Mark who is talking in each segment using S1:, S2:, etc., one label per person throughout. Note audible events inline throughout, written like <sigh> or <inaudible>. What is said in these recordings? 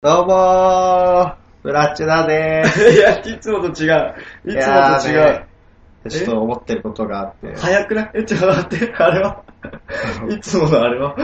S1: どうもー、ブラッチュだでーす。
S2: <laughs> いや、いつもと違う。いつも
S1: や
S2: と
S1: ー
S2: 違
S1: ね
S2: う。
S1: ちょっと思ってることがあって、
S2: 早くないえ、ちょっと待って、あ
S1: <laughs>
S2: れはいつものあれは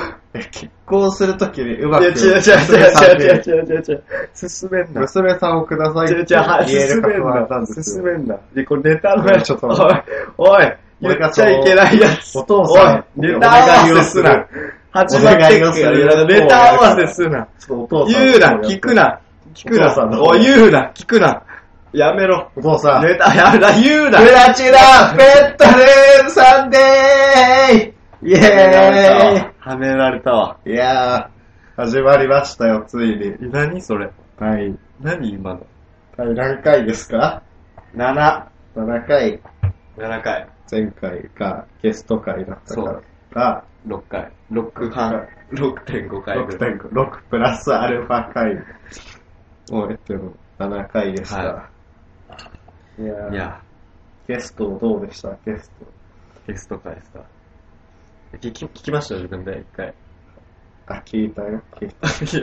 S1: 結婚するときにう
S2: い
S1: ま
S2: や、
S1: く
S2: 違う違う違う違う違う違う違う違う。進めんな。
S1: 娘さんをください
S2: 違う違
S1: っ
S2: う
S1: て言え
S2: 進
S1: るか
S2: めん
S1: 不安な
S2: な。
S1: んです
S2: 進
S1: よ。
S2: めんな。で、これネタの
S1: いや
S2: や
S1: ち
S2: つ。
S1: ょっと
S2: おい
S1: 待、
S2: おい、言
S1: 俺が
S2: っちゃいけないやつ。
S1: お父さん
S2: おい、ネ
S1: お
S2: タ合
S1: 願いを
S2: わせ
S1: す
S2: す
S1: る
S2: な。始まってっ
S1: お願いをす
S2: か
S1: る
S2: ら、ネタ合わせすな。
S1: ちょっとお父さん
S2: 言うな、聞く。な。聞く
S1: お父さん
S2: な。
S1: の
S2: おい、言うな、聞くな。やめろ。
S1: お父さん。
S2: ネタ、やめろ、言うな。
S1: ラチュだペットルームサンデーイイェ
S2: はめられたわ。
S1: ーイいやー、始まりましたよ、ついに。
S2: え何それ
S1: はい。
S2: 何今の
S1: はい、何回ですか
S2: ?7。
S1: ?7 回。
S2: 7回。
S1: 前回がゲスト回だった
S2: そう
S1: から、
S2: 6回。6半。6.5回ぐらい。
S1: 6.5 6プラスアルファ回を得ての7回でした。、
S2: はい
S1: やー
S2: いや、
S1: ゲストどうでしたゲスト。
S2: ゲスト回さ。聞き聞きましたよ自分で、一回。
S1: あ、聞いたよ。聞いた
S2: い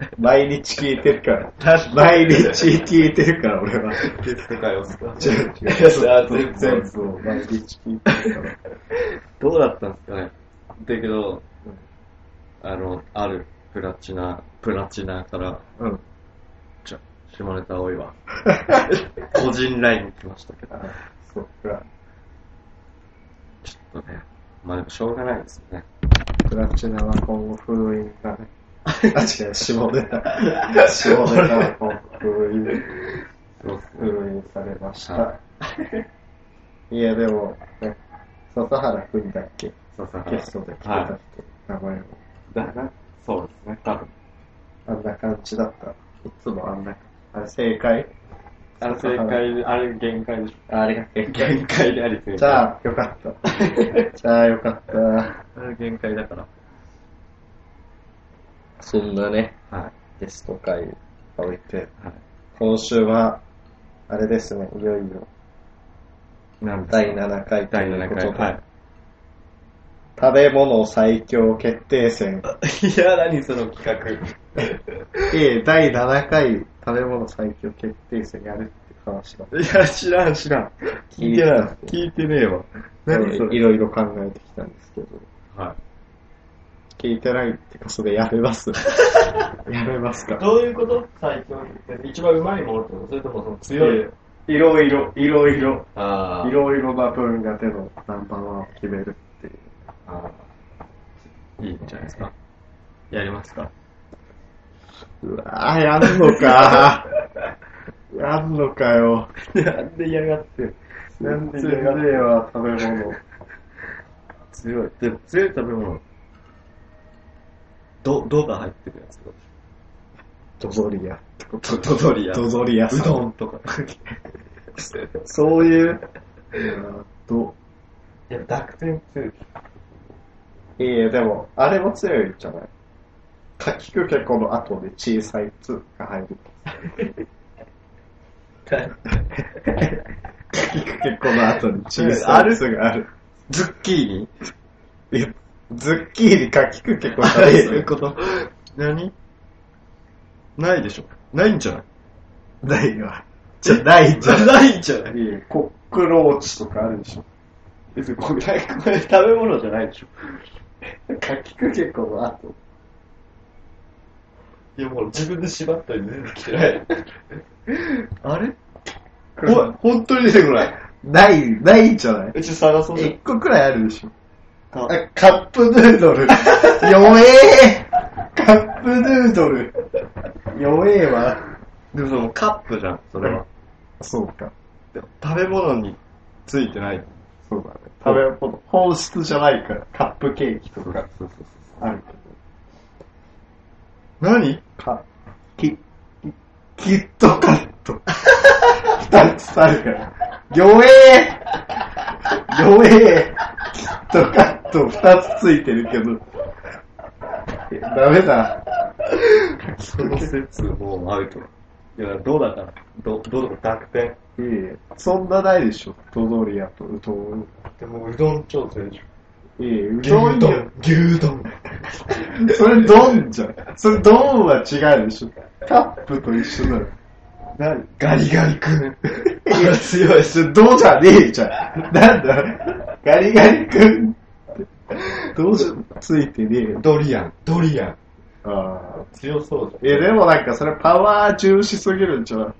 S2: や、
S1: 毎日聞いてるから。
S2: 確
S1: 毎日聞いてるから、俺は。
S2: ゲスト回をすか
S1: 違う違う
S2: 全
S1: 全
S2: 然。
S1: 部を毎日聞いてるから。
S2: どうだったんですかねだけど、あの、あるプラチナ、プラチナから、
S1: うん。
S2: ちょ、下ネタ多い <laughs> わ。個人ライン来ましたけど。
S1: あそっか。
S2: ちょっとね、まあでもしょうがないですよね。
S1: プラチナは今後封印だ
S2: <laughs>
S1: ね。あ、違う、下ネタ。下ネタは今後封印。
S2: そうっすね。
S1: 封印されまし
S2: は
S1: た。 <laughs> いや、でも、ね、笹原くんだっけ
S2: そうそう
S1: ゲストで来てた人、名前も。
S2: だな。そうですね、多分。
S1: あんな感じだった。いつもあんな、あれ正解
S2: あれ正解で、あれ限界でし
S1: あれが
S2: ょ。限界であり正解。
S1: じゃあ、よか <laughs> った。じゃあ、よかった。
S2: あれ限界だから。
S1: そんなね、
S2: はい。
S1: ゲスト会を置いて、
S2: はい。
S1: 今週は、あれですね、いよいよ、
S2: なん
S1: 第7回と
S2: 第
S1: いう
S2: 7
S1: こ
S2: 回。
S1: とで、食べ物最強決定戦。
S2: い。いや、何その企
S1: え第7回食べ物最強決定戦やるって話だ。
S2: 画。いや、知らん、知らん。聞いてない。聞いてねえわ。何そ
S1: い
S2: れ。
S1: ろいろ考えてきたんですけど、
S2: は
S1: 聞いてないってか、それやめ <laughs> ます。やめますか。
S2: どういうこと最強って。一番うまいものってことそれともその強い。
S1: いろいろ、いろいろ、
S2: あ
S1: いろいろな分野でのナンバーワンを決めるっていう。
S2: ああ。いいんじゃないですか。やりますか。
S1: うわぁ、やんの <laughs> かやんのかよ。
S2: なんで嫌がってる。
S1: 全然
S2: 嫌がって
S1: ねえわ、食べ物。
S2: 強い。でも強い食べ物。ど、どが入ってるやつ
S1: ドドリアってこと。
S2: ドドリア
S1: ドドリア
S2: う
S1: さ
S2: ど
S1: ん。
S2: んとか。
S1: そういう、えーっと、
S2: いや、濁点強い。
S1: いいえ、でも、あれも強いじゃない。かきくけこの後で小さいつが入る。かきくけこの後に小さいつがある。
S2: ズッキーニ
S1: いやズッキーニかきくけこ食
S2: あ
S1: べ
S2: そういう
S1: る。
S2: こと。何ないでしょ。ないんじゃない
S1: <laughs> ないわ。じゃないじゃん。
S2: ないんじゃない
S1: いいえコックローチとかあるでしょ。
S2: 別にこれ、これ食べ物じゃないでしょ。
S1: かきくけこの後。
S2: いや、もう自分で縛ったり出てきてない。あれ
S1: おい
S2: 本当に出てこない。
S1: ない、ないじゃないう
S2: ち探そう
S1: 一個くらいあるでしょ。
S2: あ
S1: あカップヌードル。弱えカップヌードル。弱えわ。
S2: でもそのカップじゃん、それは。
S1: そうか。
S2: でも食べ物についてない。
S1: そうだね。食べ物、本質じゃないから、カップケーキとか
S2: そうそうそう
S1: あるけど。
S2: 何
S1: か、き、キットカット。二つあるから。弱え弱えキットカット二つついてるけど。えダメだ。
S2: その説もうアウト。いや、どうだから。ど、どうだか、濁点。
S1: いえ、そんなないでしょ。ドドリアとうどん。
S2: でもうどん調整でしょ。
S1: いえ、う
S2: 牛丼
S1: どんよ。それ、どんじゃん。それ、どんは違うでしょ。カップと一緒だよ。な
S2: ガリガリ君。
S1: いや、強い。それ、どうじゃねえじゃん。なんだガリガリ君。どうじゃ、ついてねえよ。
S2: ドリアン、ドリアン。
S1: あ
S2: 強そう
S1: ーいや、でもなんか、それパワー重視すぎるんじゃん。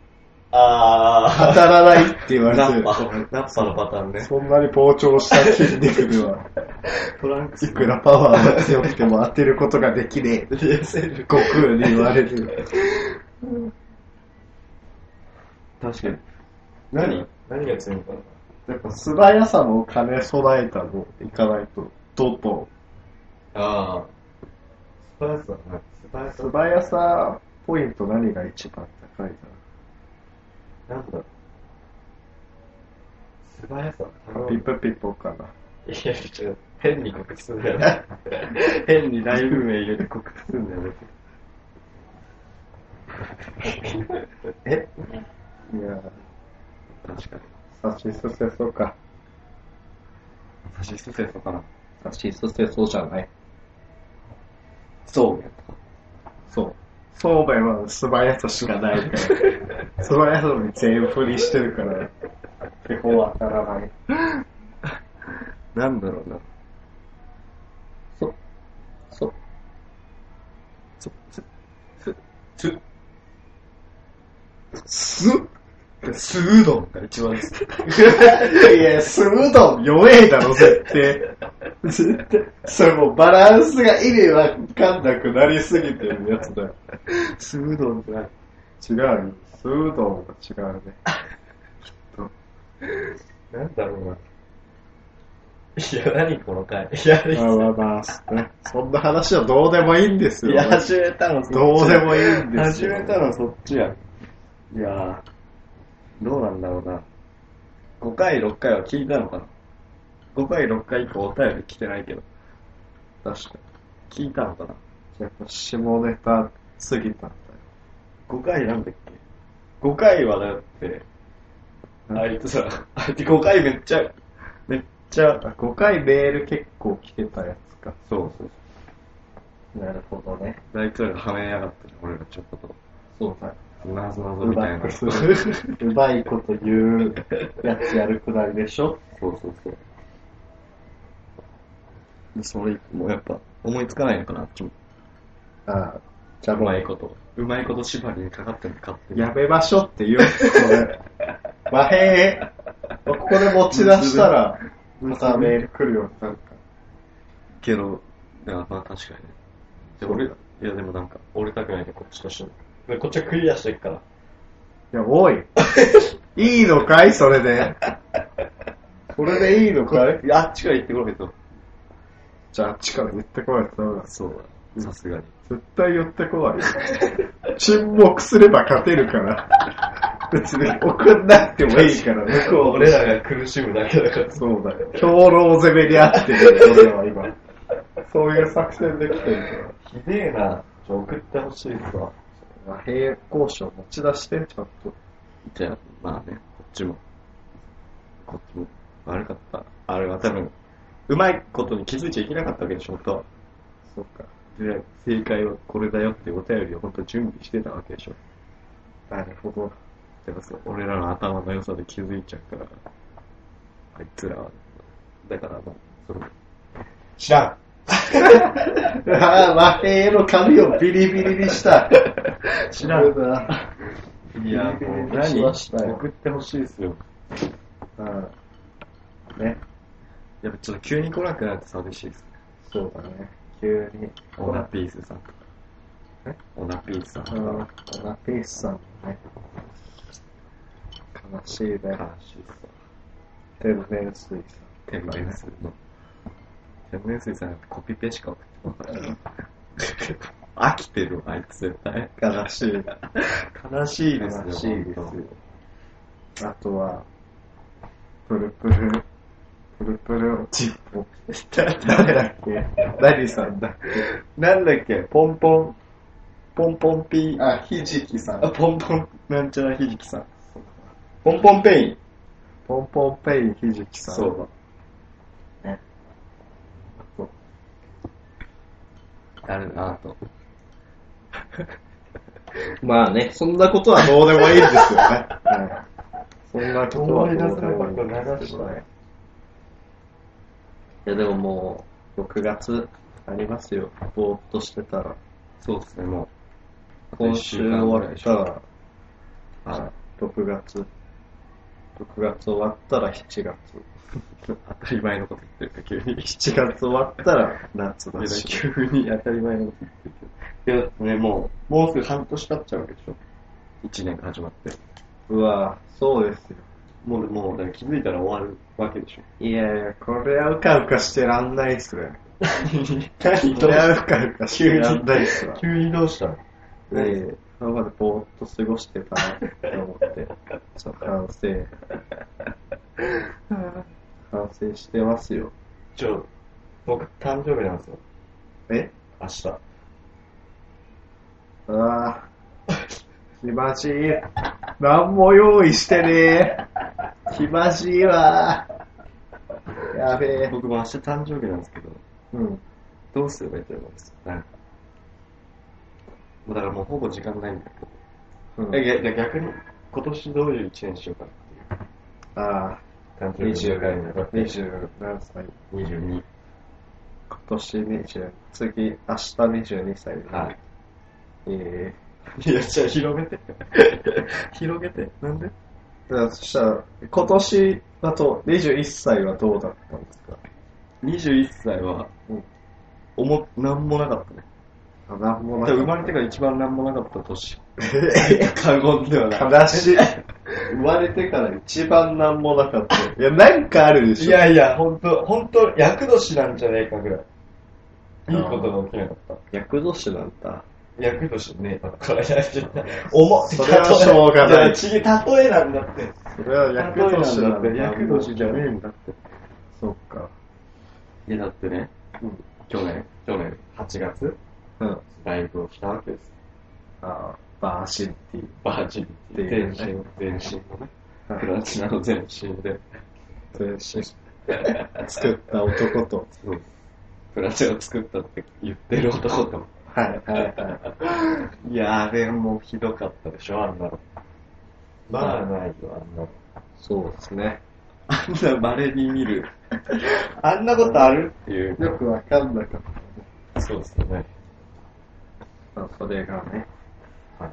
S1: 当
S2: あ
S1: たらないって言わ
S2: ー。
S1: れ
S2: ナ
S1: て
S2: ッ
S1: る。
S2: パ、ナッパのパターンね。
S1: そんなに膨張した筋肉では、
S2: トランク
S1: いくらパワーが強くても当てることができねえ。
S2: 痩せる。
S1: 悟空に言われる。
S2: 確かに。
S1: 何
S2: 何が強いのか
S1: や
S2: な
S1: っぱ素早さも兼ね備えたのいかないと、どと。
S2: ああ。素早さだな。素早
S1: 素早さポイント何が一番高いだ
S2: なんだろう。素早さ
S1: ろうピップピッポかな。
S2: いや、ちょっと変に告知するんだよ <laughs> ね。変にライブ名入れて告知するんだよね。え
S1: いや
S2: 確かに。
S1: ー、差し進せそうか。
S2: 差し進せそうかな。
S1: 差し進せそうじゃない。
S2: そう。
S1: そう。そうめんは素早さしかないから。素早さに全振りしてるから、手法当たらない。
S2: なんだろうな。
S1: そ、そ、
S2: つ、つ、つ、つ、
S1: す
S2: すうどんが一番です。
S1: いや、すうどん弱えだろ、絶対。絶対。それもうバランスが意味わかんなくなりすぎてるやつだよ。
S2: すうどんじゃない。
S1: 違うよ。スードンが違うね。
S2: なんだろうな。いや、何この回。いや、
S1: まあまあまあ、ね、そんな話はどうでもいいんですよ。
S2: めたの
S1: どうでもいいんです
S2: 始
S1: よ。
S2: めたのそっちやん。いやー、どうなんだろうな。5回、6回は聞いたのかな。5回、6回以降お便り来てないけど、
S1: 確か
S2: 聞いたのかな。
S1: に。やっぱ下ネタすぎたん
S2: 5回なんだっけ ?5 回はだって、
S1: だ
S2: あ
S1: よ。
S2: いつさ、あいつ5回めっちゃ、めっちゃ、
S1: 5回メール結構来てたやつか。
S2: そうそう。
S1: なるほどね。
S2: 大工がはめやがってね、俺がちょっと
S1: そうだよ。
S2: と、なぞなぞ
S1: う
S2: みた
S1: ま
S2: いな。
S1: くす
S2: そう
S1: る。うまいこと言うやつやるくらいでしょ
S2: そうそう。で <laughs> それ、もうやっぱ、思いつかないのかな、ちょっと。
S1: ああ。じゃあ
S2: う
S1: も
S2: ま
S1: う
S2: い、こと。うまいこと縛りにかかってるかって。
S1: やめましょうって言う。それ。和平、ここで持ち出したら、またメール来るようになるから。
S2: けど、いやまあ確かにね。
S1: そ
S2: で
S1: うだ
S2: 俺、いやでもなんか、折れたくないでこっちとしてもでこっちはクリアしていくから。
S1: いや、お <laughs> い。いいのかいそれで。それでいいのかい
S2: いやあっちから行ってこないと。
S1: じゃあ、あっちから言ってこないとダメだ。
S2: そうだ。さすがに。
S1: 絶対言ってこない。沈黙すれば勝てるから。別に送んなくてもいいから、向こう
S2: 俺らが苦しむだけだから。
S1: そうだよ。兵糧攻めにあってる、俺らは今。そういう作戦できてるから。
S2: ひでえな。ちょ送ってほしいですわ。
S1: 和平交渉持ち出して、ちゃんと。
S2: じゃあ、まあね、こっちも。こっちも。悪かった。あれは多分、うまいことに気づいちゃいけなかったわけでしょ、本当は。
S1: そうか。
S2: で、正解はこれだよっていうお便りを本当準備してたわけでしょ。
S1: なるほど。
S2: でもそう俺らの頭の良さで気づいちゃうから、あいつらは、だからまあ、その、知らん
S1: ああ、和平の髪をビリビリにした。
S2: <laughs> 知らん
S1: な。
S2: いや、もう何送ってほしいですよ。
S1: うん。ね、
S2: やっぱちょっと急に来なくなって寂しいですね。
S1: そうだね。急に。
S2: オナピースさんとか。
S1: え
S2: オナピースさんと
S1: うん。オ
S2: か。
S1: ナピースさんもね。悲しいね。
S2: 悲しいっすわ
S1: テルメルスイさ
S2: 天然水の。天然水さんなんてコピペしか送ってこない。 <laughs> 飽きてるわ、あいつ絶対。
S1: ん。悲しい。
S2: 悲しいですよ。
S1: 悲しいで
S2: 本
S1: す。あとは、プルプル、プルプルおちんぽ。
S2: 当
S1: 誰だっけ何さんだっ
S2: <laughs> なんだっけ、ポンポン、ポンポンピ
S1: け
S2: ー、
S1: あ、ひじきさ
S2: あ
S1: ん。
S2: ポンポン、なんちゃらひじきさん。ポンポンペイン。
S1: ポンポンペインひじきさん。
S2: そうだ。
S1: ねそう
S2: あれだ、あと。
S1: まあね、そんなことはどうでもいいんですよね。
S3: うん、そんなことはどうでもいいんですけどね。
S1: いや、でももう、6月ありますよ。ぼーっとしてたら。
S2: そうですね、もう。
S1: 今週終わったら、
S2: あ
S1: 6月。6月終わったら7月。
S2: 当たり前のこと言ってるか、急
S1: 7
S2: に。
S1: 月終わったら夏だし。
S2: <laughs> 急に当たり前のこと言ってるけど。いや、ね、もう、もうすぐ半年経っちゃうわけでしょ。1年が始まって。
S1: うわそうですよ。
S2: もう、もう、だから気づいたら終わるわけでしょ。
S1: いやいや、これはうかうかしてらんないっすね。
S2: 何
S1: これはうかうかしてらんないっすわ。
S2: 急にどうしたの
S1: ええ今までぼーっと過ごしてたなって思って、ちょっと反省。反省してますよ。
S2: ちょ、僕、誕生日なんですよ。
S1: え
S2: 明日。
S3: うわぁ、気ましい。何も用意してねえ。気ましいわぁ。やべえ。
S2: 僕も明日誕生日なんですけど、
S3: うん。
S2: どうすればいいと思いますなんか。もうだからもうほぼ時間ないんだけど。
S1: うん
S2: え逆逆に、今年どういう一年しようかなっ
S3: あ
S2: ていう。
S1: 20
S2: 代の
S1: 二十何歳
S2: 22。
S1: 今年20、次、明日22歳だね
S2: はい。
S1: え
S2: いや、じゃあ広げて。 <laughs> 広げて。なんで
S1: えだからそしたら、今年だと21歳はどうだったんですか
S2: ?21 歳は、
S1: うん
S2: おも、なんもなかったね。
S1: あ、なんもな
S2: 多分
S1: い
S2: 生まれてから一番なんもなかった年。 <laughs> 過言ではない。
S1: 悲しい。 <laughs> 生まれてから一番なんもなかった。いや、なんかあるでしょ。
S2: いやいや、本当本当厄年なんじゃねえかぐらい。
S1: あ
S2: い
S1: ー
S2: いことが起きなかった。
S1: 厄年なんだ。
S2: 厄年ねえだから、い <laughs> やいや重
S1: それはしょうがない
S2: や、ちぎ、例えなんだって。
S1: それは厄年なんだ。
S2: 厄年じゃねえんだって。
S1: そっか。
S2: いや、だってね、
S1: うん。
S2: 去年、去年、8月、
S1: うん。
S2: ライブをしたわけです。
S1: あーバーシティ。
S2: バージンっていう全身、全身のね、プラチナの全身で、
S1: <laughs> 全身。作った男と。
S2: そうプラチナを作ったって言ってる男と。
S1: はいはいはい。
S2: いや、あれもひどかったでしょ、あんなの。まあないよ、あんなの。
S1: そうですね。
S2: あんな稀に見る。あんなことあるっていう。
S1: よくわかんなかっ
S2: そうですよね。
S1: た。それがね。
S2: は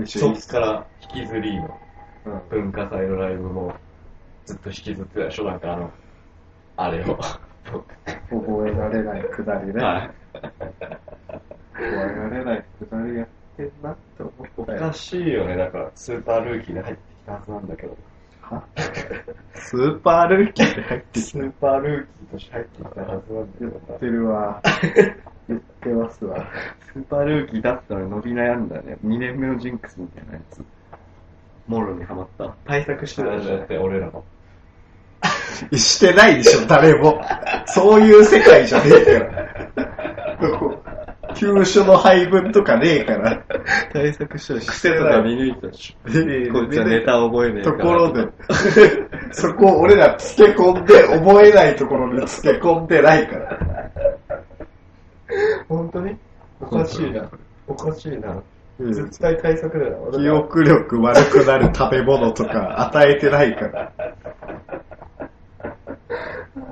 S1: 21歳。
S2: そっから引きずりの
S1: うん
S2: 文化祭のライブもずっと引きずってたでしょ、なんかあの、あれを。
S1: 覚えられないくだりね。
S2: はい。
S1: 覚えられないくだりやってんなって思
S2: お
S1: った
S2: かしいよね、だからスーパールーキーで入ってきたはずなんだけど。
S1: スーパールーキーで入って
S2: スーパールーキーとして入ってきたはずなんだけど
S1: 言ってるわ。言ってますわ。
S2: スーパールーキーだったら伸び悩んだね。2年目のジンクスみたいなやつ。モロにハマった。対策してたじゃん。だって俺らも。
S3: してないでしょ、誰も。そういう世界じゃねえから。ここ急所の配分とかねえから。
S2: 対策してたし。
S3: 癖
S2: 癖
S3: と
S2: と
S3: か
S2: か
S3: 見
S2: 見抜いたでしょ。
S3: こい
S2: こいつはネタ覚えねえか
S3: と
S2: ら。
S3: ころで。、そこを俺らつけ込んで、覚えないところにつけ込んでないから。
S2: 本当におかしいな。おかしいな。
S3: うん
S2: 絶対対策だよ。
S3: 記憶力悪くなる食べ物とか与えてないから。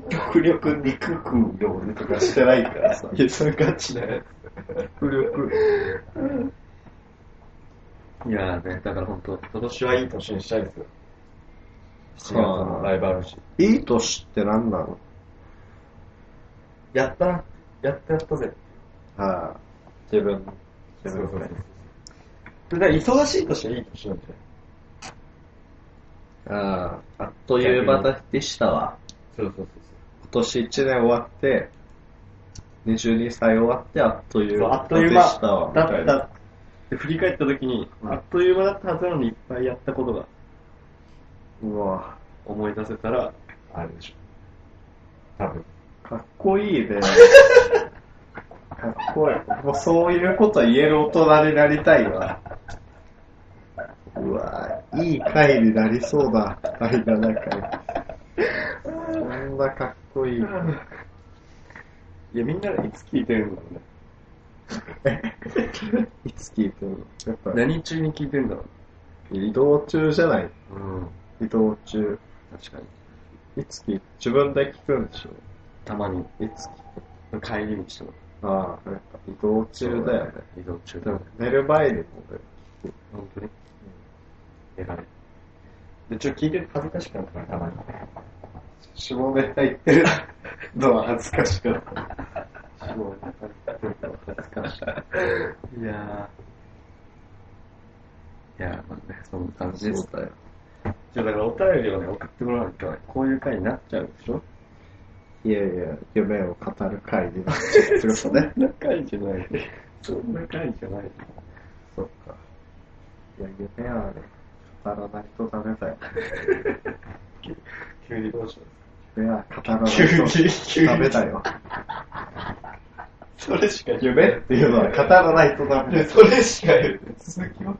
S3: 極力肉食うようにとかしてないからさ。
S2: いや、それガチだよ。
S3: 極力。
S2: いやーね、だから本当、今年はいい年にしたいですよ。7月のライブあるし。
S1: いい年って何なの
S2: やったな。やったやったぜ。
S1: ああ自分、
S2: そう
S1: 自
S2: そう
S1: 分
S2: そ
S1: で
S2: う。だから忙しい年はいい年なんじゃない
S1: あああっという間でしたわ。
S2: そうそうそう
S1: 今年1年終わって、22歳終わって、あっという
S2: そう。
S1: 間
S2: あっという
S1: でしたわ
S2: 間。だ
S1: みた
S2: っ
S1: いな
S2: た。で振り返った時に、
S1: うん
S2: あっという間だったはずなのにいっぱいやったことが
S1: うわ
S2: 思い出せたら、あれでしょ。多分。
S1: かっこいいね。
S2: <laughs>
S1: かっこいい。もうそういうこと言える大人になりたいわ。うわぁ、いい回になりそうだ。第7回。そん
S2: <laughs>
S1: なかっこいい。
S2: いや、みんなでいつ聞いてるんだろうね。
S1: いつ聞いてるのやっぱ
S2: 何中に聞いてんだろ。
S1: 移動中じゃないう
S2: うん。
S1: 移動中。
S2: 確かに。
S1: いつ聞い自分で聞くんでしょ
S2: たまに。
S1: いつ聞
S2: 帰り道とか。
S1: くああ、やっぱ移動中だよね。。
S2: 移動中
S1: で
S2: だよ
S1: も
S2: ね。
S1: 寝る前にもね、
S2: 本当に。偉い。で、ちょ、聞いてる恥ずかしくなったから、たまに。
S1: 下ネタ言ってるの
S2: <laughs>
S1: は恥ずかしかった。
S2: 恥ずかしい。いやー。いやー、まあね、そんな感じです。
S1: だよ。
S2: じゃあだからお便りをね、送ってもらうと、こういう回になっちゃうでしょ
S1: いやいや、夢を語る会になっちゃってる
S2: そ
S1: と <laughs>
S2: ん
S1: ね。
S2: な回じゃない。そんな回じゃない。
S1: そっか。いや、夢はね、語らないとダメだよ。
S2: 急にどうしよ
S1: 夢は語らないとダメだよ。
S2: う。それしか
S1: 夢っていうのは語らないとダメだよ。
S2: それしか言う。続きは、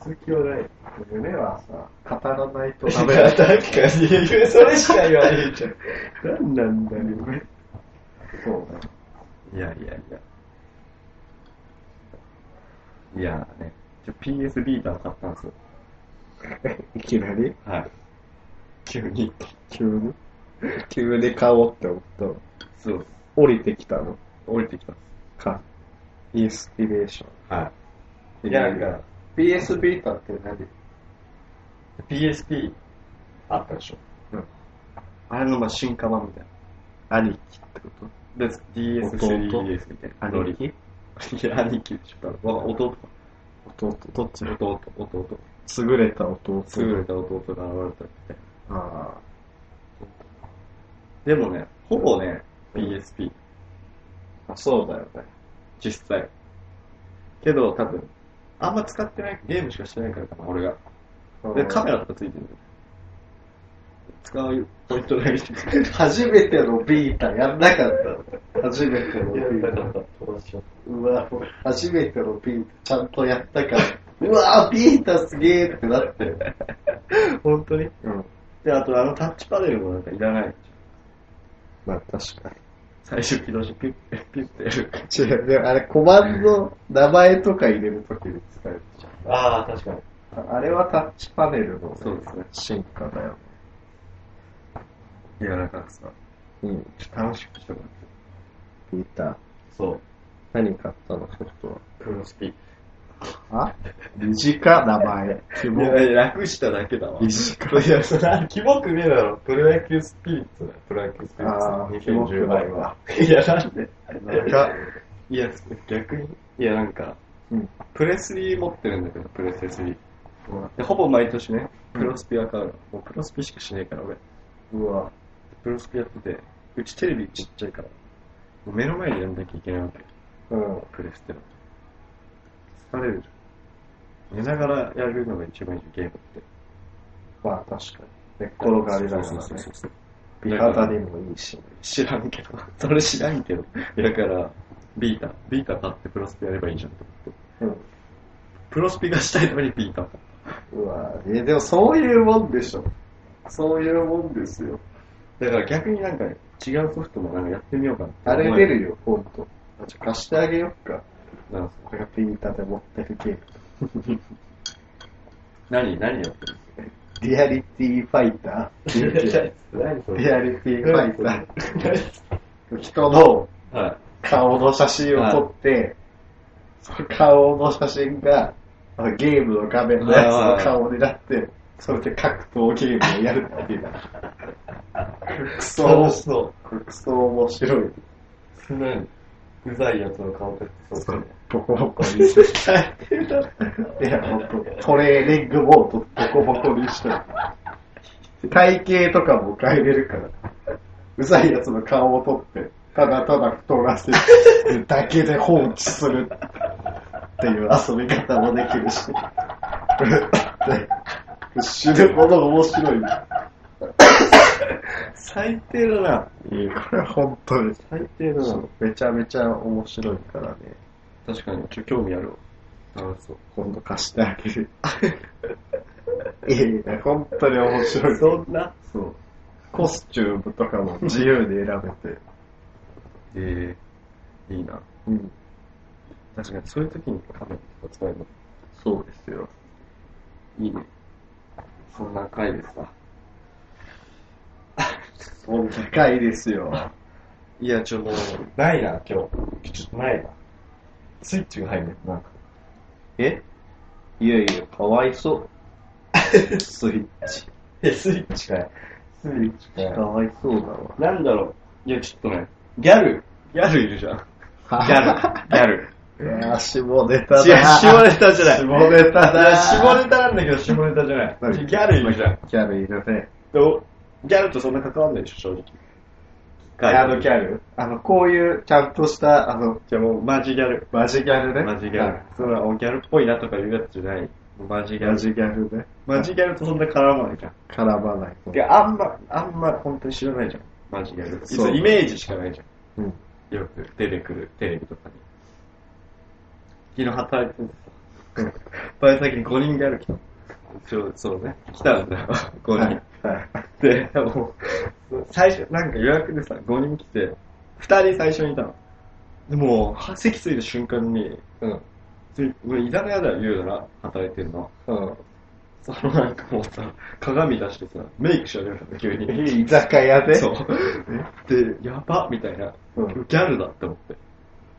S2: 続きはない。
S1: 夢はさ、語らないとダ
S2: ダ
S1: メ
S2: メ
S1: だ
S2: だ、
S1: よ。
S2: 確かに。 <laughs> それしか言われちゃう。何なんだよ、夢。
S1: そう <laughs> だよ。
S2: いやいやいや。いやーね、ちょ PS ビーター買ったんですよ。
S1: いきなり
S2: はい。急に。
S1: 急に急に買おうって思ったの。
S2: そう。
S1: 降りてきたの
S2: 降りてきたんで
S1: か。インスピレーショ
S2: す。は
S1: ン。
S2: いや、なんか、
S3: PS ビーターって何
S2: PSP あったでしょ。
S1: うん。
S2: あれのまあ進化版みたい
S1: 兄貴ってこと
S2: な。で、DS、
S1: 弟
S2: 3DS みたいな。
S1: 兄貴
S2: 貴いや、兄貴でしょ。わ弟か。
S1: 弟どっち
S2: 弟、弟。
S1: 優れた弟。
S2: 優れた弟が現れたみたいな。
S1: ああ。
S2: でもね、ほぼね、PSP。
S1: あそうだよね。
S2: 実際。けど、多分、あんま使ってない、ゲームしかしてないからかな、俺が。で、カメラとかついてるんだよ。使うポイントだけしてく
S1: <laughs> 初めてのビータやんなかった。初めてのビ
S2: れ
S1: ータ。
S2: た。友達と
S1: うわ、初めてのビータちゃんとやったから。うわ、ビータすげえってなって。
S2: <laughs> 本当に
S1: うん。
S2: で、あとあのタッチパネルもなんかいらない。
S1: まあ確かに。
S2: 最初起動してピュッ、ピュッてやる。
S1: 違う、 <laughs> でもあれコマンド、名前とか入れるときに使えるじ
S2: ああ、確かに。
S1: ゃん。あれはタッチパネルの、
S2: そうですね
S1: 進化だよ。
S2: いや、なんかさ、
S1: うん。
S2: 楽しくしてもらって。
S1: ビータ、
S2: そう。
S1: 何買ったのソフトは。
S2: クロスピ。い
S1: あ短名前。希望。
S2: や、楽しただけだわ
S1: 短
S2: いや、それ、キモくねえだろ。プロ野球スピリッツだよ。プロ野球スピリッツ。
S1: ああ、希望くないわ。
S2: いや、なんで
S1: なんか、
S2: いや、逆に。いや、なんか、
S1: うん。
S2: プレスリー持ってるんだけど、プレスリー。で、ほぼ毎年ね、プロスピは買うの。もうプロスピしかしねえから、俺。
S1: うわ、
S2: プロスピやってて、うちテレビちっちゃいから、もう目の前でやんなきゃいけないわけ。
S1: うん。
S2: プレステの。疲れるじゃん。寝ながらやるのが一番いいゲームって。
S1: まあ確かに。寝っ転がりなが
S2: そう
S1: ら
S2: そう
S1: ね
S2: そ。うそう。
S1: 美肌にもいいしね。
S2: 知らんけど。 <laughs> それ知らんけど。だから、ビータ。ビータ買ってプロスピやればいいじゃんと思って。
S1: う
S2: プロスピがしたいのにビータ買った。
S1: ん。うわ、え、でもそういうもんでしょ。そういうもんですよ。
S2: だから逆になんか違うソフトもなんかやってみようかなって
S1: あれ
S2: 思え
S1: 出るよ、ほんと。あちょ貸してあげよっか。
S2: なんか
S1: これがピーターで持ってるゲーム。
S2: 何何やってる
S1: リアリティファイター
S2: <laughs>
S1: っていうゲー
S2: 何そ
S1: ム。
S2: れ
S1: リアリティファイター。人の
S2: <laughs> はい。
S1: 顔の写真を撮って、その顔の写真が、ゲームの画面のやつの顔になって、それで格闘ゲームをやるっていう。クソ
S2: 楽し、そ
S1: クソ面白い。
S2: う。何うざいやつの顔ってそうですね。
S1: ボコボコにして。いや、ほんと、トレーニングボードボコボコにして。体型とかも変えれるから。うざいやつの顔を取って、ただただ太らせるだけで放置するっていう遊び方もできるし。 <laughs> 死ぬほど面白い。
S2: 最低だな。
S1: これ本当に。
S2: 最低だな。
S1: めちゃめちゃ面白いからね。
S2: 確かに、ちょ、興味あるわ。楽しそう。
S1: 今度貸してあげる。 <laughs> いいね、本当に面白い。
S2: んな
S1: そう。コスチュームとかも自由に選べて。
S2: ええいいな。
S1: うん。
S2: 確かに、そういう時にカメラを使えば
S1: そうですよ。
S2: いいね。そんな回でさ。
S1: そんな回ですよ。
S2: いや、ちょ、もう、ないな、今日。ちょっとないな。スイッチが入るね、なんか。
S1: えいやいや、かわいそう。
S2: <laughs> スイッチ。え、スイッチかよ。スイッチか
S1: か
S2: よ。
S1: わいそうだわ。
S2: なんだろう。いや、ちょっとね、ギャル。ギャルいるじゃん。ギャル。ギャル。
S1: いやー、下ネタだ。
S2: 違う、下ネタじゃない。
S1: 下ネタ
S2: い
S1: だ。
S2: や下ネタなんだけど、下ネタじゃない。
S1: 何
S2: ギャルいるじゃん。
S1: ギャルいるね。
S2: でおギャルとそんな関わんないでしょ、正直。
S1: あのギャルあの、こういうちゃんとした、あの、
S2: じゃあもうマジギャル。
S1: マジギャルね。
S2: マジギャル
S1: はい。
S2: それはおギャルっぽいなとか言うやつじゃない。マジギャ
S1: マ
S2: ル。
S1: ジギャルね。
S2: マジギャルとそんな絡まないじゃん。
S1: 絡まない。
S2: で、あんま、あんま本当に知らないじゃん。マジギャル。
S1: そう
S2: そうイメージしかないじ
S1: うん。
S2: ゃん。よく出てくるテレビとかに。昨日働いててさ、バイト先に5人ギャル来たの。そうそうね。来たんだよ、5人。
S1: はい。
S2: で、もう、最初、なんか予約でさ、5人来て、2人最初にいたの。でもう、席着いた瞬間に、
S1: うん。
S2: ついもう居酒屋では言うなら働いてるの。
S1: うん。
S2: そのなんかもうさ、鏡出してさ、メイクし始めたの、急に。
S1: 居酒屋で。
S2: そう。で、やばみたいな。
S1: うん
S2: ギャルだって思って。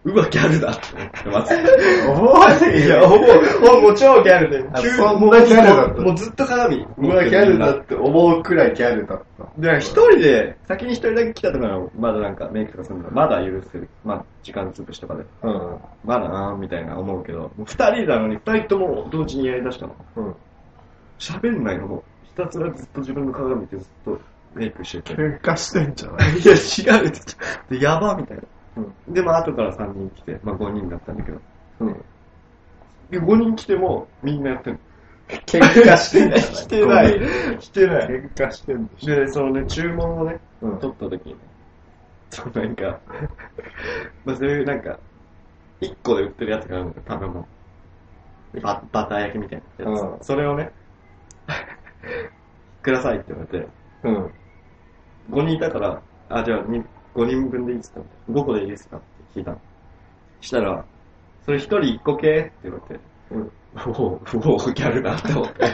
S2: うわ、ギャルだって思ってます。
S1: 思わない <laughs> い
S2: や、
S1: よ。
S2: もう、もう超ギャルで。
S1: あ
S2: 急に
S1: そんなギャルだった
S2: もうもうずっと鏡。
S1: うわ、ギャルだって思うくらいギャルだった。
S2: だから一人で、先に一人だけ来たとかの、まだなんかメイクとかするの、まだ許せる。まあ、時間潰しとかで。
S1: うん。
S2: まだなーみたいな思うけど、もう二人なのに、二人とも同時にやり出したの。
S1: うん。
S2: 喋んないのも、ひたすらずっと自分の鏡見てずっとメイクしてて。
S1: 喧嘩してんじゃない
S2: いや、違うって言って。で、やばみたいな。
S1: うん。
S2: で、まあ、後から三人来て、まあ、五人だったんだけど。
S1: うん。
S2: で、五人来ても、みんなやってんの。
S1: 喧嘩してんじゃない
S2: <laughs> してない。してない。
S1: 喧嘩してんでしょ。
S2: で、そのね、注文をね、
S1: うん
S2: 取った時にね、そうなんか、 <laughs> まあそういうなんか、一個で売ってるやつがあるのよ、食べ物。ババター焼きみたいなやつ。
S1: うん
S2: それをね、 <laughs> くださいって言われて、
S1: うん。
S2: 5人いたから、あ、じゃあに5人分でいいですか ?5 個でいいですかって聞いたの。したら、それ1人1個系って言われて、
S1: うん。
S2: おう、おう、ギャルだって思って。
S1: <laughs>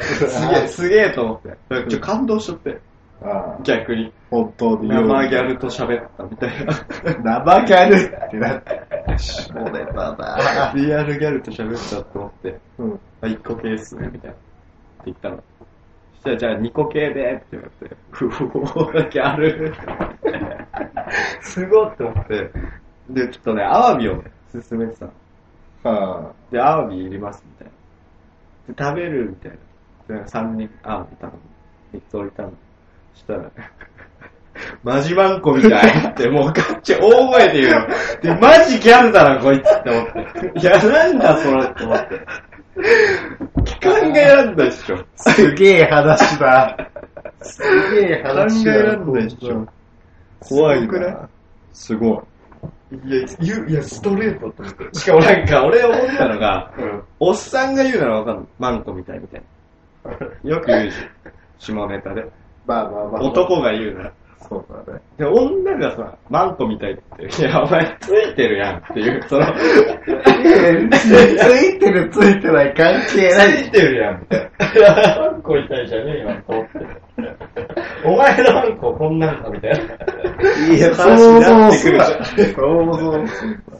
S2: すげえ、
S1: す
S2: すげえと思って。だからちょっと感動しちゃって、
S1: げえ。ああ、
S2: 逆に。
S1: 本当に言う。
S2: 生ギャルと喋ったみたいな。
S1: 生ギャルってな
S2: <laughs>
S1: って。下ネタだ。
S2: リアルギャルと喋ったと思って、
S1: うん。
S2: あ、1個系っすね、みたいな。って言ったの。そしたら、じゃあ2個系で、って言われて、ふおー、ギャル。すごいって思って。 <laughs> で、ちょっとね、アワビをね、勧めてたの。
S1: あ
S2: で、アワビいります、みたいな。で、食べる、みたいな。で、3人、アワビ頼む。3つ置いたの。そしたら、 <laughs> マジマンコみたいって、もうガッチ大声で言うの。で、マジギャルだな、こいつって思って。いや、なんだ、それって思って。期間が選んだでしょ。
S1: あ。すげえ話だ。 <laughs> すげえ
S2: 期間が
S1: 話だ。
S2: 選んだでしょ。怖い
S1: すごくない
S2: な。
S1: すごい。
S2: いや、言う、いや、ストレートと思って。しかもなんか、俺思ったのが、おっさんが言うならわかる。マンコみたいみたいな。よく言うじゃん。下ネタで。
S1: まあまあまあ。。
S2: 男が言うなら。
S1: そうだね。
S2: で、女がさ、マンコみたいって、いや、お前ついてるやんっていう、その、
S1: ついてるついてない関係ない。
S2: ついてるやんみたいな。いやマンコみたいじゃねえよ、と思って。お前のマンコこんなんかみたいな。
S1: いや、
S2: 話になってくるじゃん
S1: そうそうそう。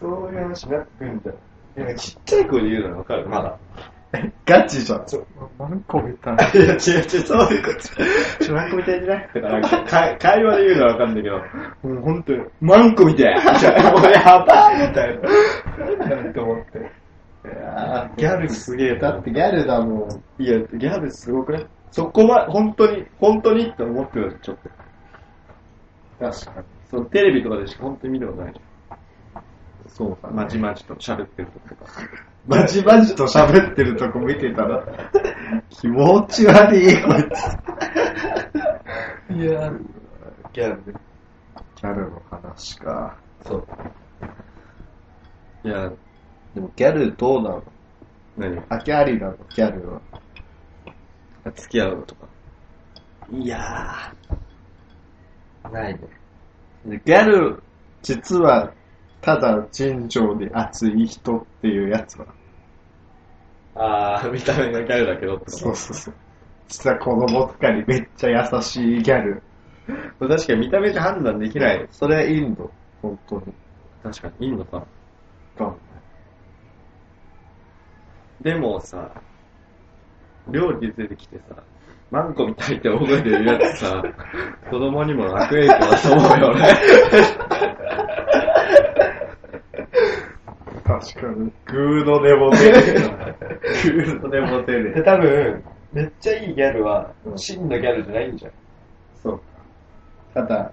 S2: そういう話になってくるんだよ。いやちっちゃい子で言うならわかる、まだ。
S1: ガチじゃん。マンコみたい。
S2: いや、違う違う、そういうこと。ちょ、マンコみたいじゃないだからなんか会、会話で言うのはわかるんだけど、もう本当に、マンコみ <laughs> たいみたいな。もうやばいみたいな。なんて思って。ギャルすげえ
S1: だってギャルだもん。
S2: いや、ギャルすごくないそこま、本当に、本当にって思ってるちょっと。
S1: 確かに。
S2: そのテレビとかでしか本当に見たことないじ
S1: そう
S2: ゃ
S1: だ
S2: ん。まじまじと喋ってるとか。
S1: バジバジと喋ってるとこ見てたら、気持ち悪い、こいつ。いや
S2: ギャルね。
S1: ギャルの話か。
S2: そう。いや、
S1: でもギャルどうなの
S2: 何
S1: あ、ギャリなのギャルは。
S2: 付き合うとか。いやー。ないね。
S1: ギャル、実は、ただ尋常で熱い人っていうやつは。
S2: ああ、見た目のギャルだけどってこと
S1: そうそうそう。実は子供とかにめっちゃ優しいギャル。
S2: 確かに見た目じゃ判断できない。
S1: それはインド。本当に。
S2: 確かに、いいのか。
S1: ガン
S2: でもさ、料理出てきてさ、マンコみたいって大声で言うやつ <laughs> さ、子供にも悪影響だと思うよね。
S1: 確かに。グーのでも出る。
S2: <laughs>
S1: グーのでも出
S2: で、
S1: る。
S2: 多分、めっちゃいいギャルは、真のギャルじゃないんじゃん。
S1: そう。ただ、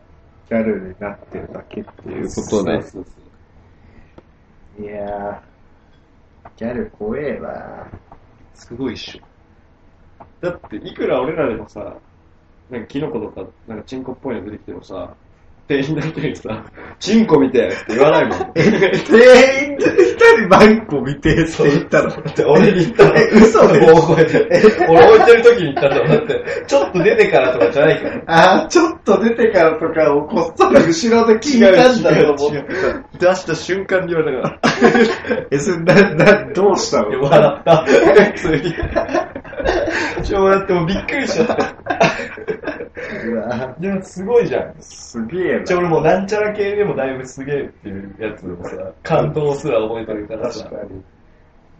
S1: ギャルになってるだけっていうこと
S2: そう
S1: で。
S2: そうそう
S1: いやー、ギャル怖えわ
S2: すごいっしょ。だって、いくら俺らでもさ、なんかキノコとか、なんかチンコっぽいの出てきてもさ、店員の人にさ、チンコ見てって言わないも <laughs> ん。
S1: 全員で一人マイクを見てって言ったの。
S2: って俺に言ったの。
S1: え嘘でしょ
S2: 大声で。 <laughs> 俺置いてる時に言ったんだもん。だって、ちょっと出てからとかじゃないから。
S1: あー、ちょっと出てからとかをこっそり後ろで聞いたんだと思ってた。
S2: 出した瞬間に言われたか
S1: え、それな、な、どうした
S2: ら。
S1: の
S2: 笑った。普通に。ちょ、笑ってもうびっくりしちゃった。
S1: うわ
S2: でもすごいじゃん。
S1: すげえ
S2: ちょ、
S1: な。
S2: 俺もうなんちゃら系でもだいぶすげえっていうやつでもさ、感動すら覚えてるからさ
S1: 確、かに。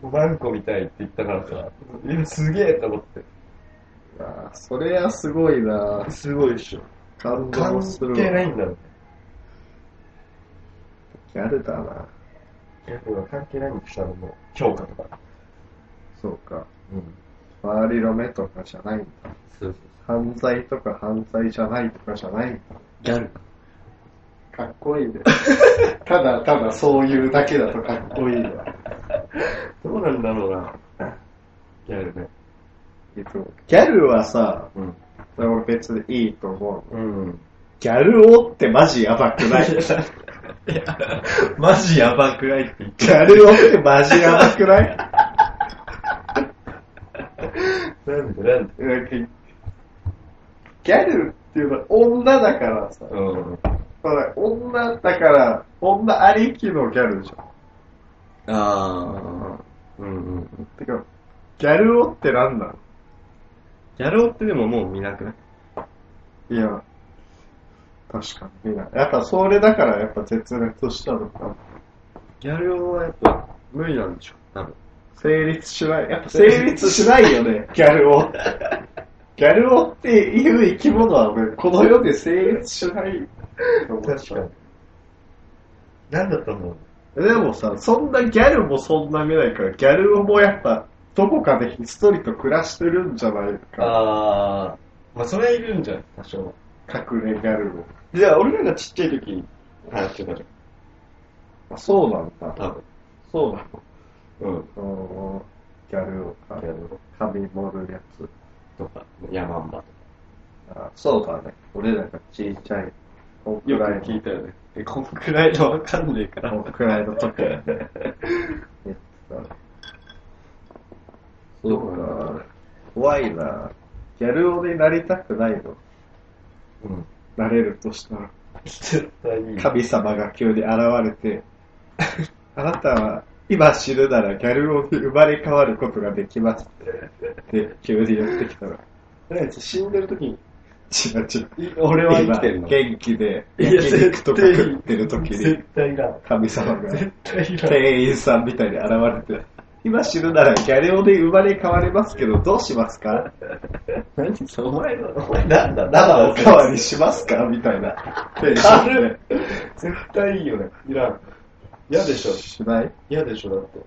S2: もうマンコみたいって言ったからさ、いや、すげえと思って。
S1: うわそれはすごいな
S2: すごいっしょ。
S1: 感動
S2: 関
S1: するわ。
S2: 係ないんだろうね。
S1: ギャルだな
S2: 逆は関係ないんでしたらもう、評価とか。
S1: そうか。
S2: うん。
S1: 周りの目とかじゃないんだ。
S2: そうそう
S1: 犯罪とか犯罪じゃないとかじゃないんだ。
S2: ギャル。
S1: かっこいい
S2: <laughs>
S1: ね。ただただそういうだけだとかっこいいわ。
S2: どうなんだろうな。ギャルね。
S1: えっとギャルはさ、
S2: うん。
S1: 俺別にいいと思う。
S2: うん。
S1: ギャルをってマジやばく
S2: <laughs>
S1: ない
S2: いや、マジやばくないって言っ
S1: ギャルをってマジやばくない
S2: て。なんでなんで
S1: なんかギャルっていうのは女だからさ、
S2: うん。
S1: 女だから、女ありきのギャルじゃん。
S2: あー。うんうん。
S1: てか、ギャル男ってなんなの
S2: ギャル男ってでももう見なくない
S1: いや、確かに見ない。やっぱそれだからやっぱ絶滅したのか。
S2: ギャル男はやっぱ無理なんでしょ多分。
S1: 成立しない。やっぱ成立しないよ <laughs> ね、ギャル男って。ギャル男っていう生き物は俺、この世で成立しない。
S2: 確かに。なんだと思う
S1: でもさ、そんなギャルもそんな見ないから、ギャル男もやっぱ、どこかでひっそりと暮らしてるんじゃないか。
S2: あー。まあ、それはいるんじゃない多少。
S1: 隠れギャルを。
S2: じゃあ、俺らがちっちゃい時に流行ってたじ
S1: あ、そうなんだ。
S2: ゃん。多分。
S1: そうな
S2: うん。
S1: の。ギャル男
S2: ギ
S1: か
S2: ャ。ル男
S1: 髪盛るやつ。
S2: とか、ヤマンバとか。
S1: あそうだね。俺らがちっちゃい。こんく
S2: よく
S1: らい
S2: 聞い
S1: の、
S2: たよね。え、こんくらいのわかんねえから。
S1: こんくらいの時に <laughs> やってた。そうか。怖いな。ギャル男になりたくないの。
S2: うん。
S1: なれるとしたら。
S2: 絶対に。
S1: 神様が急に現れて、 <laughs> あなたは今死ぬならギャル男に生まれ変わることができますって急に言ってきたら、
S2: ね死んでる時に、
S1: 違う違う。
S2: い俺は生きてる
S1: 今
S2: の。
S1: 元気で、
S2: いや
S1: 焼肉とか
S2: 絶対
S1: 食ってる時に
S2: 絶、対いらん。
S1: 神様が
S2: 絶対いらん。
S1: 店員さんみたいに現れて、今死ぬならギャル男で生まれ変われますけど、どうしますか
S2: 何それお前の、お前なんだ、
S1: 生お
S2: だ
S1: かわりしますかみたいな。テンションで
S2: 軽い。絶対いいよね。いらん。嫌でしょ。
S1: しない
S2: 嫌でしょ、だって。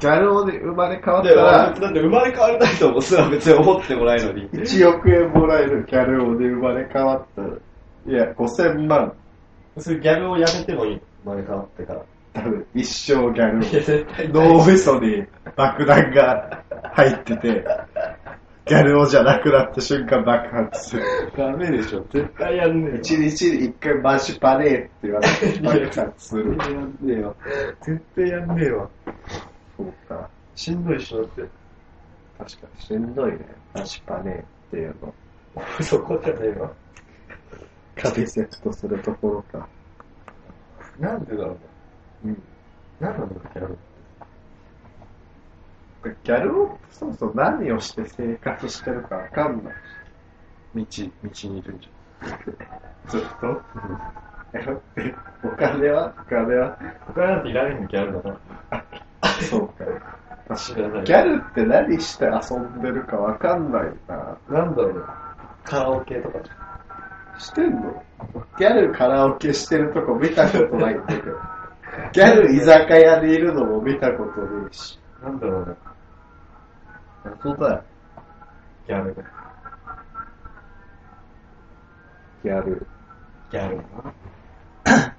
S1: ギャル男で生まれ変わった
S2: だ
S1: ら、
S2: って生まれ変わりたいともすら別に思ってもないのに。
S1: 1億円もらえるギャル王で生まれ変わった。いや、5000万。
S2: それギャルをやめてもいい。生まれ変わってから。
S1: 多分、一生ギャル
S2: いや、絶対
S1: 王。脳みそに爆弾が入ってて、ギャル王じゃなくなった瞬間爆発する。
S2: ダメでしょ。絶対やんねえよ。
S1: 一日に一回マジパネーって言われて爆発する
S2: 絶。対やんねえわ。絶対やんねえわ。
S1: そうか。
S2: しんどいっしょ、だって。
S1: 確かにしんどいね。マジパネーっていうの。
S2: そこじゃねえわ。
S1: カビセットするところか。
S2: なんでだろううん。何なんだろう、ギャル。
S1: ギャル男ってそもそも何をして生活してるかわかんない。
S2: 道、道にいるんじ
S1: <laughs> ずっと。
S2: ゃん。
S1: えお金はお金は
S2: お金なんていらないのギャルだな。
S1: そうか。
S2: 知らない。
S1: ギャルって何して遊んでるかわかんないな。
S2: なんだろう。カラオケとかじゃん。
S1: してんのギャルカラオケしてるとこ見たことないん <laughs> だけど。ギャル居酒屋にいるのも見たことないし。
S2: なんだろうね。謎だよ。ギャルだ。
S1: ギャル。
S2: ギャルだ <coughs> な。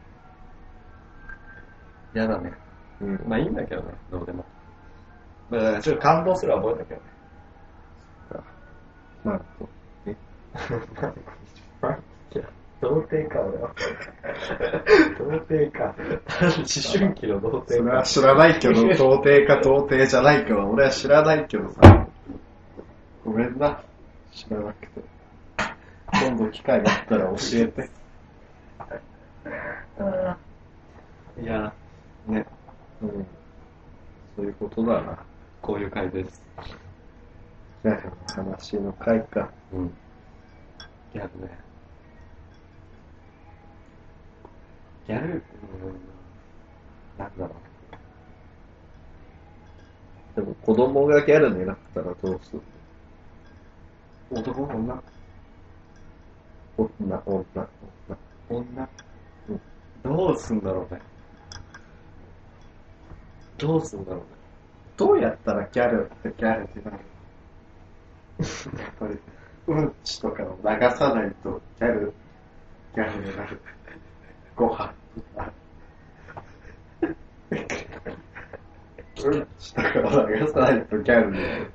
S2: 嫌だね。
S1: うん。
S2: まあいいんだけどね、どうでも。まあだからちょっと感動する覚えたけどね。
S1: まあ、そう
S2: 童貞か、俺は。 <laughs> 童貞か。 <laughs> 思春期の童
S1: そ
S2: 貞
S1: れ
S2: か
S1: は。知らないけど、童貞か童貞じゃないかは俺は知らないけどさ。ごめんな。知らなくて。今度機会があったら教えて。
S2: いや、ね、
S1: うん。そういうことだな。
S2: こういう回です。
S1: ギャルの話の回か。
S2: うん。ギャルね。ギャル、うん、なんだろう。
S1: でも子供がギャルになったらどうする
S2: 男女
S1: 女、女、女。
S2: 女、
S1: うん
S2: どうすんだろうね。どうすんだろうね。
S1: どうやったらギャルってギャルになるのやっぱり、うんちとかを流さないとギャル、ギャルになる。ご飯あうんちとかを流さないとギャルになる。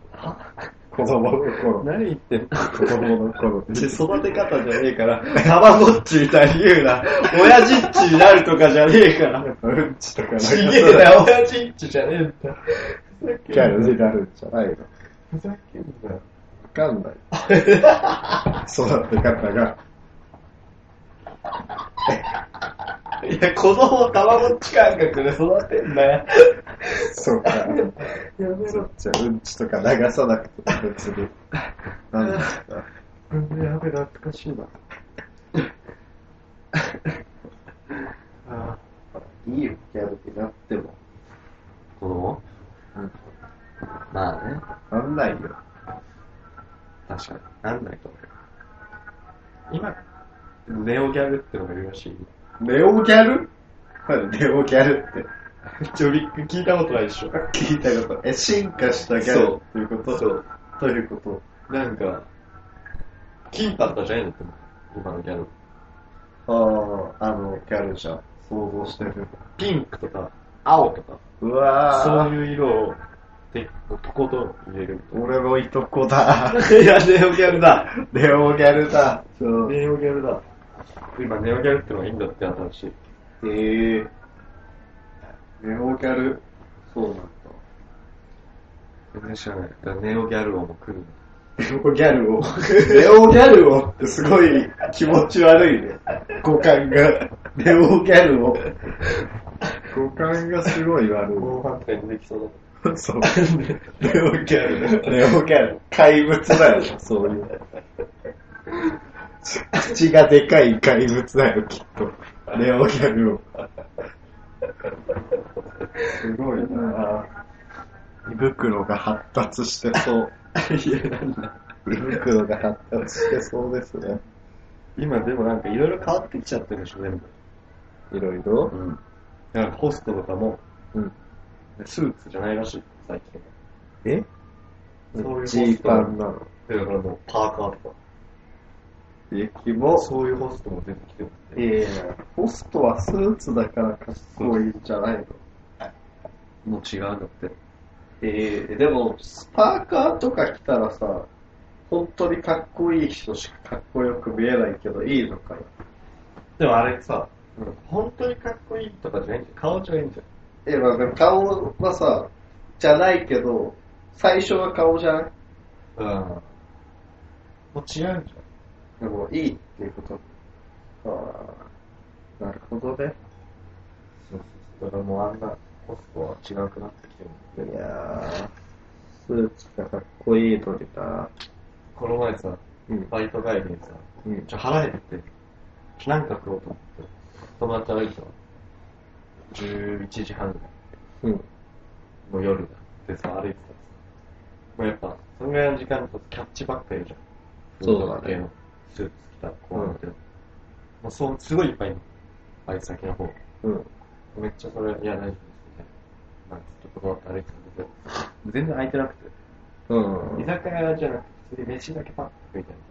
S1: 子供の頃。
S2: 何言ってんの
S1: 子供の頃
S2: <laughs> で育て方じゃねえから、たまごっちみたいに言うな、親父っちになるとかじゃねえから、
S1: うんちとか流
S2: ち
S1: さ
S2: げえ
S1: ない
S2: な、親父っちじゃねえんだ。
S1: とギャルになるんじゃないの
S2: ふざけんなよ。
S1: わかんない。育て方が。
S2: <laughs> いや、子供をたまごっち感覚で育てんなよ。
S1: そうか。
S2: やめ
S1: そっちはうんちとか流さなくても別に。なんですか。
S2: ろ。やべ、懐かしいな。あ
S1: いいよ、ギャルになっても。
S2: 子供
S1: うん
S2: まあね、
S1: なんないよ。
S2: 確かに。なんないと思う。今、ネオギャルってのがいるらしい。 <laughs>
S1: ネオギャルなんでネオギャルって
S2: ちょびっく聞いたことないでしょ。
S1: 聞いたこと。え、進化したギャルっていうこと
S2: そう。
S1: ということ。
S2: なんか、金髪じゃないのって思う、今のギャル。
S1: ああ、あの、ギャルじゃん。想像してる。
S2: ピンクとか、青とか、
S1: うわ
S2: そ
S1: ー
S2: ういう色を、で、とことん入れる
S1: 俺のいとこ <laughs> だ。
S2: みたいな。いや、ネオギャルだ。
S1: ネオギャルだ。そう。
S2: ネオギャルだ。今、ネオギャルってのがいいんだって、新しい。
S1: えー。ネオギャルそうなんだ。
S2: 全然知らない。だからネオギャル王も来るの。
S1: ネオギャルを。ネオギャルをってすごい気持ち悪いね。五感が。ネオギャルを。五感がすごい悪
S2: <laughs> 後半とかにできそう
S1: い。そう。
S2: だ。ネオギャル。
S1: ネオギャル。怪物だよ、そういう。口がでかい怪物だよ、きっと。ネオギャルを。すごいなぁ。胃袋が発達してそう。
S2: いや、なんだ。
S1: 胃袋が発達してそうですね。
S2: 今、でもなんかいろいろ変わってきちゃってるでしょ、全部。
S1: いろいろ。
S2: うん。だからホストとかも、
S1: うん。
S2: スーツじゃないらしい、最近。
S1: え
S2: そういうホ
S1: ジー
S2: スト
S1: パンなの。
S2: だからもうパーカーとか、
S1: え、キモ。
S2: そういうホストも出てきてるって。
S1: えホストはスーツだからかっこいいんじゃないの
S2: もう違うんだって。
S1: ええでも、スパーカーとか着たらさ、本当にかっこいい人しかかっこよく見えないけど、いいのかな
S2: でもあれさ、
S1: うん
S2: 本当にかっこいいとかじゃないんじゃん。顔じゃないんじゃん。
S1: え、まあでも顔はさ、じゃないけど、最初は顔じゃない
S2: うん。もう違うんじゃん。
S1: でも、いいっていうこと。ああ、なるほどね。
S2: そうそうそれもあんなコストは違くなってきてるんだけど
S1: いやー、スーツがかっこいいのにな。
S2: この前さ、
S1: うん
S2: バイト帰りにさ、
S1: うん。
S2: ちょ、腹減って、なんか食おうと思って、友達と歩いてたの。11時半
S1: うん。
S2: の夜だ。でさ、歩いてたらさ、もうやっぱ、そのぐらいの時間だとキャッチばっかいるじゃん。
S1: そうだね
S2: フード系のスーツ着た子なんだけど。もうそう、すごいいっぱいいるの。あいつ先の方。
S1: うん。
S2: めっちゃそれ、いや、大丈夫です、みたいな。なんかずっと断って歩いてたんだけど、全然空いてなくて。
S1: うん。
S2: 居酒屋じゃなくて、普通に飯だけパッと食いたいみ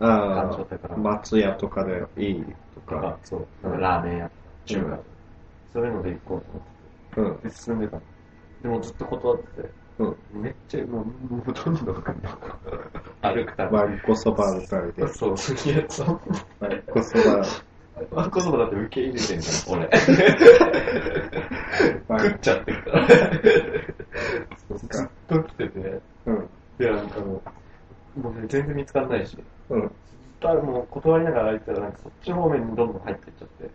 S2: たいな。
S1: あ
S2: 感じだったから
S1: あ、松屋とかでいいと
S2: とか
S1: か。、
S2: そう、なんかラーメン屋とか、中華とか、そういうので行こうと思
S1: うん
S2: っ。て、で、進んでたの。でもずっと断ってて、
S1: うん。
S2: めっちゃ、もう、もうどんどん歩くた
S1: わ
S2: め
S1: んこそばあたりで。
S2: そう、すげえ、そう。
S1: わんこそば、
S2: わんこそばだって受け入れてんだ
S1: わん
S2: よ、俺。食っちゃってるから。ず
S1: こか
S2: っ。と来てて、
S1: うん。
S2: で、なんかもう、もうね、全然見つかんないし、
S1: うん。
S2: ただもう断りながら歩いてたら、なんかそっち方面にどんどん入ってっちゃって、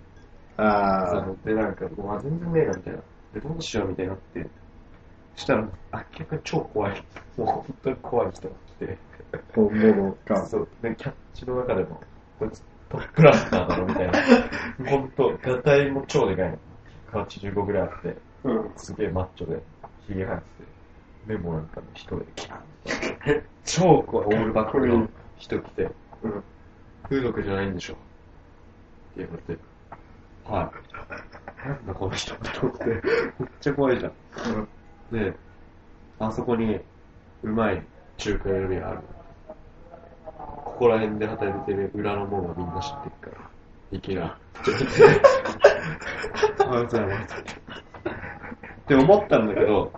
S1: ああ
S2: そ、うで、なんか、もうあ全然ねえな、みたいな。で、どうしよう、みたいになって。したら、あ、結構超怖い。もう本当に怖い人が来て。
S1: 本物か。
S2: そう。で、キャッチの中でも、こいつトップランナーだろ、みた <laughs> いな。本当、ガタイも超でかいの。185ぐらいあって、
S1: うん。
S2: すげえマッチョで、ひげ生やしてて、目もなんかね、一人でキャーって。 <laughs> 超怖い、オールバックの人来て、
S1: うん。
S2: 風俗じゃないんでしょ。って言われて、はい。なんだこの人って思って、めっちゃ怖いじゃん。で、あそこに、うまい中華料理がある。ここら辺で働いてる裏のもんはみんな知ってるから、行けな。って言われてあいつらもって思ったんだけど、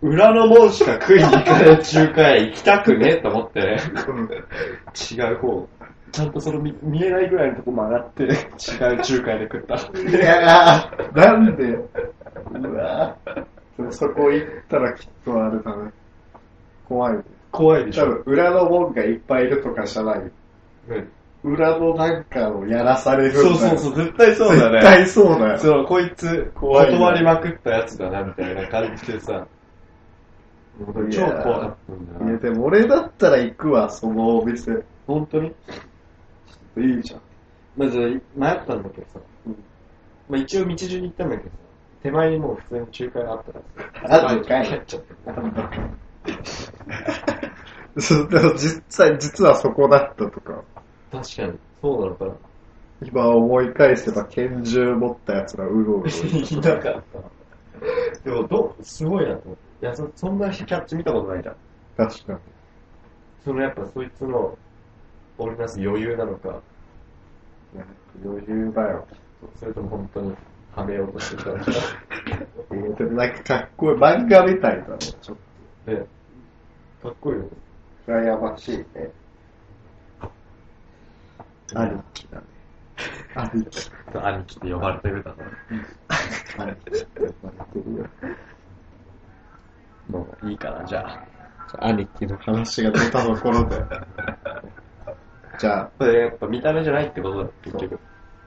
S2: 裏のもんしか食いに行かない中華屋行きたくねえと思って。違う方、ちゃんとその見見えないぐらいのとこ曲がって、違う中華屋で食った。
S1: いやー、なんで、うわーそこ行ったらきっとあれだね。怖いね。
S2: <laughs> 怖いでし
S1: 多
S2: ょ。
S1: 分、裏の門がいっぱいいるとかじゃない。
S2: うん
S1: 裏のなんかをやらされるんだ
S2: そう
S1: よ。
S2: そうそう、絶対そうだ
S1: 絶
S2: ね。
S1: 対そうだよ。
S2: そう、こいつ、
S1: 怖いね
S2: 断りまくったやつだな、みたいな感じでさ。超
S1: いや
S2: 怖かったんだ
S1: いや、
S2: よな。
S1: でも俺だったら行くわ、そのお店。
S2: 本当に
S1: いいじゃん。
S2: まず、迷ったんだけどさ。
S1: うん
S2: まあ一応道順に行ったんだけどさ。手前にもう普通の仲介があったらさ。
S1: あるのかい
S2: 帰っちゃった。
S1: そうでも実際、実はそこだったとか。
S2: 確かに。そうなのかな。
S1: 今思い返せば拳銃持ったやつがうろうろいた
S2: <laughs> いなかった。でも、ど、すごいなと思って。いや、そそんなキャッチ見たことないじゃん。
S1: 確かに。
S2: そのやっぱそいつの織りなす余裕なのか、
S1: 余裕だよ。
S2: それとも本当にはめようとしてた <laughs> のか。
S1: えーでもなんかかっこいい。漫画みたいだね。ちょっ
S2: で、かっこいいよね。
S1: と羨ましいね。ありきだね。ありき。
S2: 兄貴って呼ばれてるだろ。
S1: ありきって呼ばれてるよ。
S2: もういいかな、じゃあ。
S1: 兄貴の話が出たところで。じゃあ、
S2: これやっぱ見た目じゃないってことだ、結局。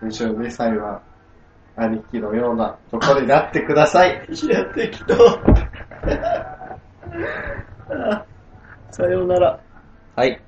S1: 22歳は兄貴のようなところになってください。
S2: いや、適当。さようなら。
S1: はい。